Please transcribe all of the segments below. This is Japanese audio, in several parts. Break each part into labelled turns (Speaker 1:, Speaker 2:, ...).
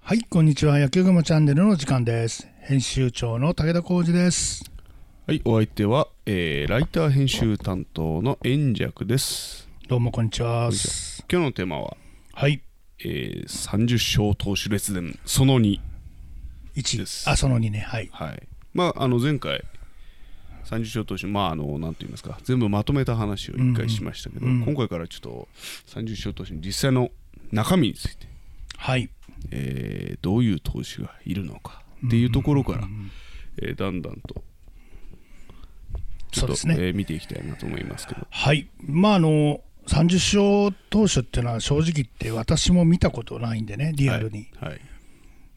Speaker 1: はい、こんにちは。野球雲チャンネルの時間です。編集長の武田浩二です。
Speaker 2: はい、お相手は、えーライター編集担当の円尺です。
Speaker 1: どうもこんにちは。
Speaker 2: 今日のテーマは、
Speaker 1: はい、
Speaker 2: えー30勝投手列伝その2。で
Speaker 1: 1。
Speaker 2: す
Speaker 1: あ、その2ね。はい。
Speaker 2: はい。まあ、あの前回、30勝投手、まあ、あの、なんて言いますか、全部まとめた話を1回しましたけど、
Speaker 1: うんうん
Speaker 2: 今回からちょっと30勝投手の実際の中身について、
Speaker 1: はい。
Speaker 2: えーどういう投手がいるのかっていうところから、えーだんだんと、ち
Speaker 1: そう
Speaker 2: ょっと、
Speaker 1: ですね
Speaker 2: えー見ていきたいなと思いますけど。
Speaker 1: はい。まあ、あの、30勝投手っていうのは正直言って私も見たことないんでね、リアルに。
Speaker 2: はいはい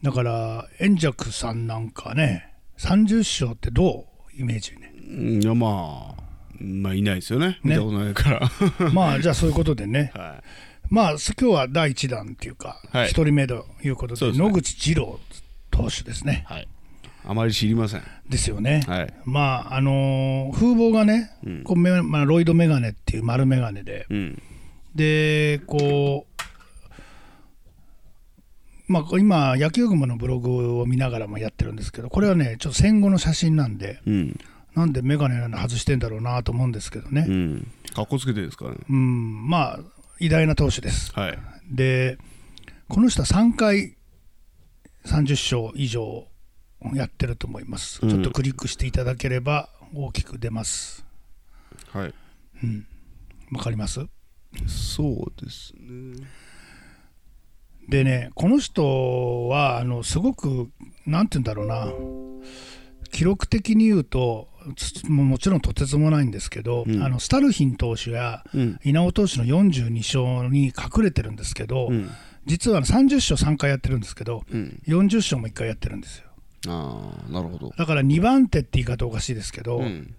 Speaker 1: だから、円尺さんなんかね、30勝ってどうイメージ ね。
Speaker 2: うんいやまあまあいないですよね見たことない から、
Speaker 1: まあ、じゃあそういうことでね。
Speaker 2: は
Speaker 1: まあ、す今日は第1弾っていうか、一、
Speaker 2: はい
Speaker 1: 人目ということ
Speaker 2: そう
Speaker 1: で、
Speaker 2: ですね
Speaker 1: 野口二郎投手ですね
Speaker 2: い、。はい、あまり知りません
Speaker 1: ですよね。
Speaker 2: はい
Speaker 1: まああのー風貌がね、
Speaker 2: うん
Speaker 1: こうめまあ、ロイドメガネっていう丸メガネで
Speaker 2: うん
Speaker 1: でこう、まあ、こう今野球雲のブログを見ながらもやってるんですけどこれはねちょっと戦後の写真なんで
Speaker 2: うん
Speaker 1: なんでメガネなの外してんだろうなと思うんですけど
Speaker 2: う
Speaker 1: ね、
Speaker 2: んかっこつけてですからね
Speaker 1: うんまあ偉大な投手です
Speaker 2: はい
Speaker 1: でこの人は3回30勝以上やってると思います、
Speaker 2: うん
Speaker 1: ちょっとクリックしていただければ大きく出ます
Speaker 2: はい
Speaker 1: わかります
Speaker 2: そうですね
Speaker 1: でねこの人はあのすごくなんて言うんだろうな記録的に言うとつももちろんとてつもないんですけど、
Speaker 2: うん
Speaker 1: あのスタルヒン投手や
Speaker 2: うん
Speaker 1: 稲尾投手の42勝に隠れてるんですけど、
Speaker 2: うん
Speaker 1: 実はあの30勝3回やってるんですけど
Speaker 2: うん
Speaker 1: 40勝も1回やってるんですよ
Speaker 2: ああなるほど
Speaker 1: だから2番手って言い方おかしいですけど、
Speaker 2: うん、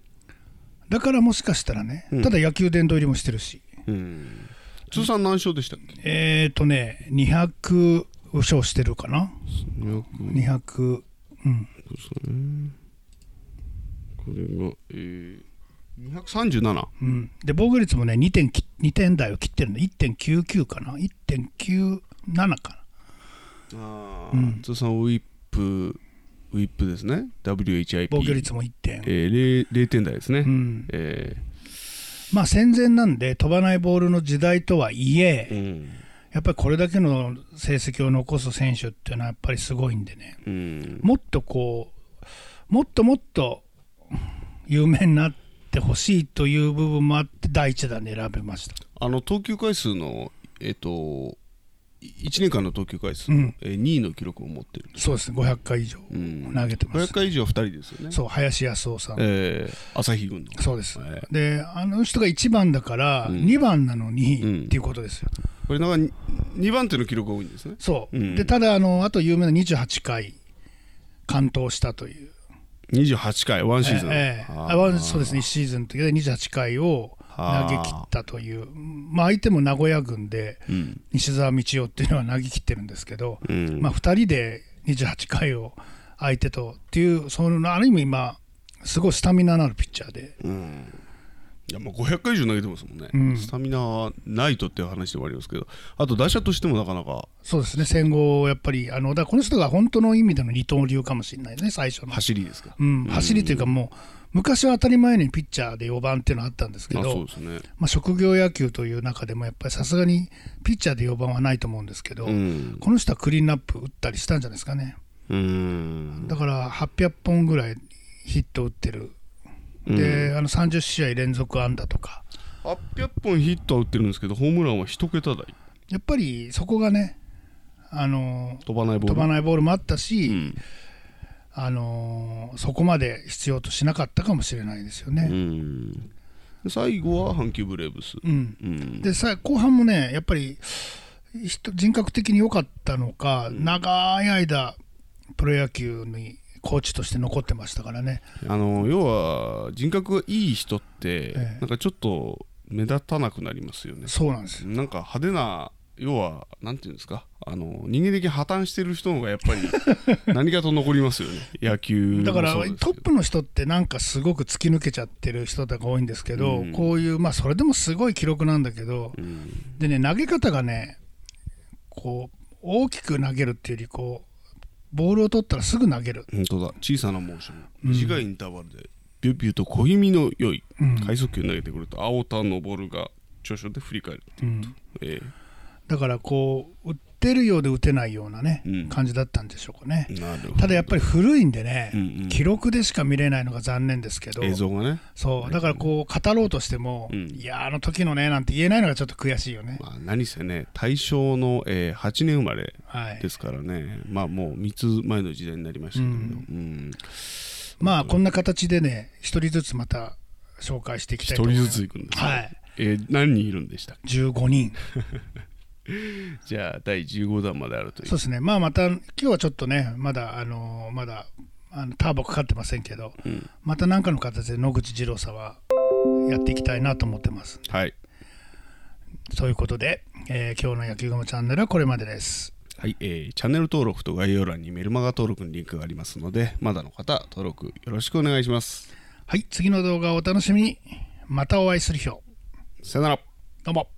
Speaker 1: だからもしかしたらね、
Speaker 2: うん
Speaker 1: ただ野球殿堂入りもしてるし
Speaker 2: うん、通算何勝でしたっけ
Speaker 1: えっ、ー、とね200勝してるかな
Speaker 2: 200
Speaker 1: 200うん
Speaker 2: これがえー、237
Speaker 1: うん、で防御率もね2点き2点台を切ってるの1.99かな1.97かな
Speaker 2: あ、うん、通算ウィップウィップですね WHIP
Speaker 1: 防御率も1点、
Speaker 2: えー、0, 0点台ですね、
Speaker 1: うん、
Speaker 2: え
Speaker 1: まあ戦前なんで飛ばないボールの時代とはいえ、
Speaker 2: ーうん
Speaker 1: やっぱりこれだけの成績を残す選手っていうのはやっぱりすごいんでね
Speaker 2: うん
Speaker 1: もっとこうもっともっと有名になってほしいという部分もあって第一弾で選べました
Speaker 2: あの投球回数の、えっと1年間の投球回数、
Speaker 1: うん
Speaker 2: えー2位の記録を持ってる、
Speaker 1: そうですね500回以上
Speaker 2: うん
Speaker 1: 投げてます
Speaker 2: 500回以上は2人ですよね、
Speaker 1: そう林康夫さん、
Speaker 2: えー、朝日軍の、
Speaker 1: そうです
Speaker 2: え
Speaker 1: であの人が1番だから
Speaker 2: うん
Speaker 1: 2番なのに、
Speaker 2: うん
Speaker 1: っていうことですよ。
Speaker 2: ーこれなんか2番手の記録が多いんですね、
Speaker 1: そう、
Speaker 2: うん
Speaker 1: でただあのあと有名な28回完投したという
Speaker 2: 28回、ワンシーズン、
Speaker 1: ええええ
Speaker 2: あー
Speaker 1: あわそうですね1シーズンの時で28回を投げ切ったというまあ、相手も名古屋軍で
Speaker 2: うん
Speaker 1: 西澤道夫っていうのは投げ切ってるんですけど、
Speaker 2: うん
Speaker 1: まあ、2人で28回を相手とっていうそのある意味今すごいスタミナのあるピッチャーで。
Speaker 2: うんいやもう500回以上投げてますもんね、
Speaker 1: うん
Speaker 2: スタミナはないとっていう話でもありますけど、あと打者としてもなかなか
Speaker 1: そうですね戦後、やっぱりあのだからこの人が本当の意味での二刀流かもしれないね、最初の、
Speaker 2: 走りですか、
Speaker 1: うん、走りというか、もう昔は当たり前にピッチャーで4番っていうのあったんですけ
Speaker 2: あそう
Speaker 1: ど、
Speaker 2: ですね、
Speaker 1: まあ、職業野球という中でも、やっぱりさすがにピッチャーで4番はないと思うんですけど、
Speaker 2: うん、
Speaker 1: この人はクリーンナップ打ったりしたんじゃないですかね、
Speaker 2: うん
Speaker 1: だから800本ぐらいヒット打ってる、であの30試合連続安打とか、
Speaker 2: 800本ヒットは打ってるんですけどホームランは一桁台
Speaker 1: やっぱりそこがね、あの
Speaker 2: 飛ばないボール
Speaker 1: 飛ばないボールもあったし、
Speaker 2: うん
Speaker 1: あのーそこまで必要としなかったかもしれないですよ
Speaker 2: う
Speaker 1: ね。
Speaker 2: んで最後は阪急ブレーブス、
Speaker 1: うん
Speaker 2: うん
Speaker 1: でさ後半もねやっぱり人人格的に良かったのか、長い間プロ野球にコーチとして残ってましたからね、
Speaker 2: あの要は人格がいい人って、
Speaker 1: ええ
Speaker 2: なんかちょっと目立たなくなりますよね
Speaker 1: そうなんですよ
Speaker 2: なんか派手な要はなんていうんですかあの人間的に破綻してる人の方がやっぱり 何かと残りますよね野球も
Speaker 1: だから
Speaker 2: そうですけ
Speaker 1: ト
Speaker 2: ど
Speaker 1: ップの人ってなんかすごく突き抜けちゃってる人とか多いんですけど、
Speaker 2: うん
Speaker 1: こういうまあそれでもすごい記録なんだけど
Speaker 2: うん
Speaker 1: でね投げ方がねこう大きく投げるっていうよりこうボールを取ったらすぐ投げる、
Speaker 2: 本当だ小さなモーション短いインターバルでビュービューと小気味の良い
Speaker 1: うん
Speaker 2: 快速球を投げてくると青田昇が著書で振り返る、
Speaker 1: うん
Speaker 2: え
Speaker 1: だからこう打ってるようで打てないようなね、
Speaker 2: うん
Speaker 1: 感じだったんでしょうかね
Speaker 2: えなるほど
Speaker 1: ただやっぱり古いんでね、
Speaker 2: うんうん
Speaker 1: 記録でしか見れないのが残念ですけど
Speaker 2: 映像がね、
Speaker 1: そうだからこう語ろうとしても、
Speaker 2: うん
Speaker 1: いやあの時のねなんて言えないのがちょっと悔しいよね、
Speaker 2: まあ、何せね大正の、えー8年生まれ
Speaker 1: はい
Speaker 2: ですからねまあもう3つ前の時代になりましたけど、
Speaker 1: うん
Speaker 2: うん
Speaker 1: まあこんな形でね一人ずつまた紹介していきた
Speaker 2: 一
Speaker 1: いと思
Speaker 2: 人
Speaker 1: いま
Speaker 2: ず
Speaker 1: す
Speaker 2: つ行くんですね、
Speaker 1: はい
Speaker 2: えー何人いるんでしたっ
Speaker 1: 15人
Speaker 2: けじゃあ第15弾まであるという
Speaker 1: そうですねまあまた今日はちょっとねまだあのーまだあのターボかかってませんけど、
Speaker 2: うん
Speaker 1: また何かの形で野口二郎さんはやっていきたいなと思ってます
Speaker 2: はい
Speaker 1: ということで、えー今日の野球ゴムチャンネルはこれまでです
Speaker 2: はい、えーチャンネル登録と概要欄にメルマガ登録のリンクがありますのでまだの方登録よろしくお願いします
Speaker 1: はい次の動画をお楽しみにまたお会いする日を
Speaker 2: さよなら
Speaker 1: どうも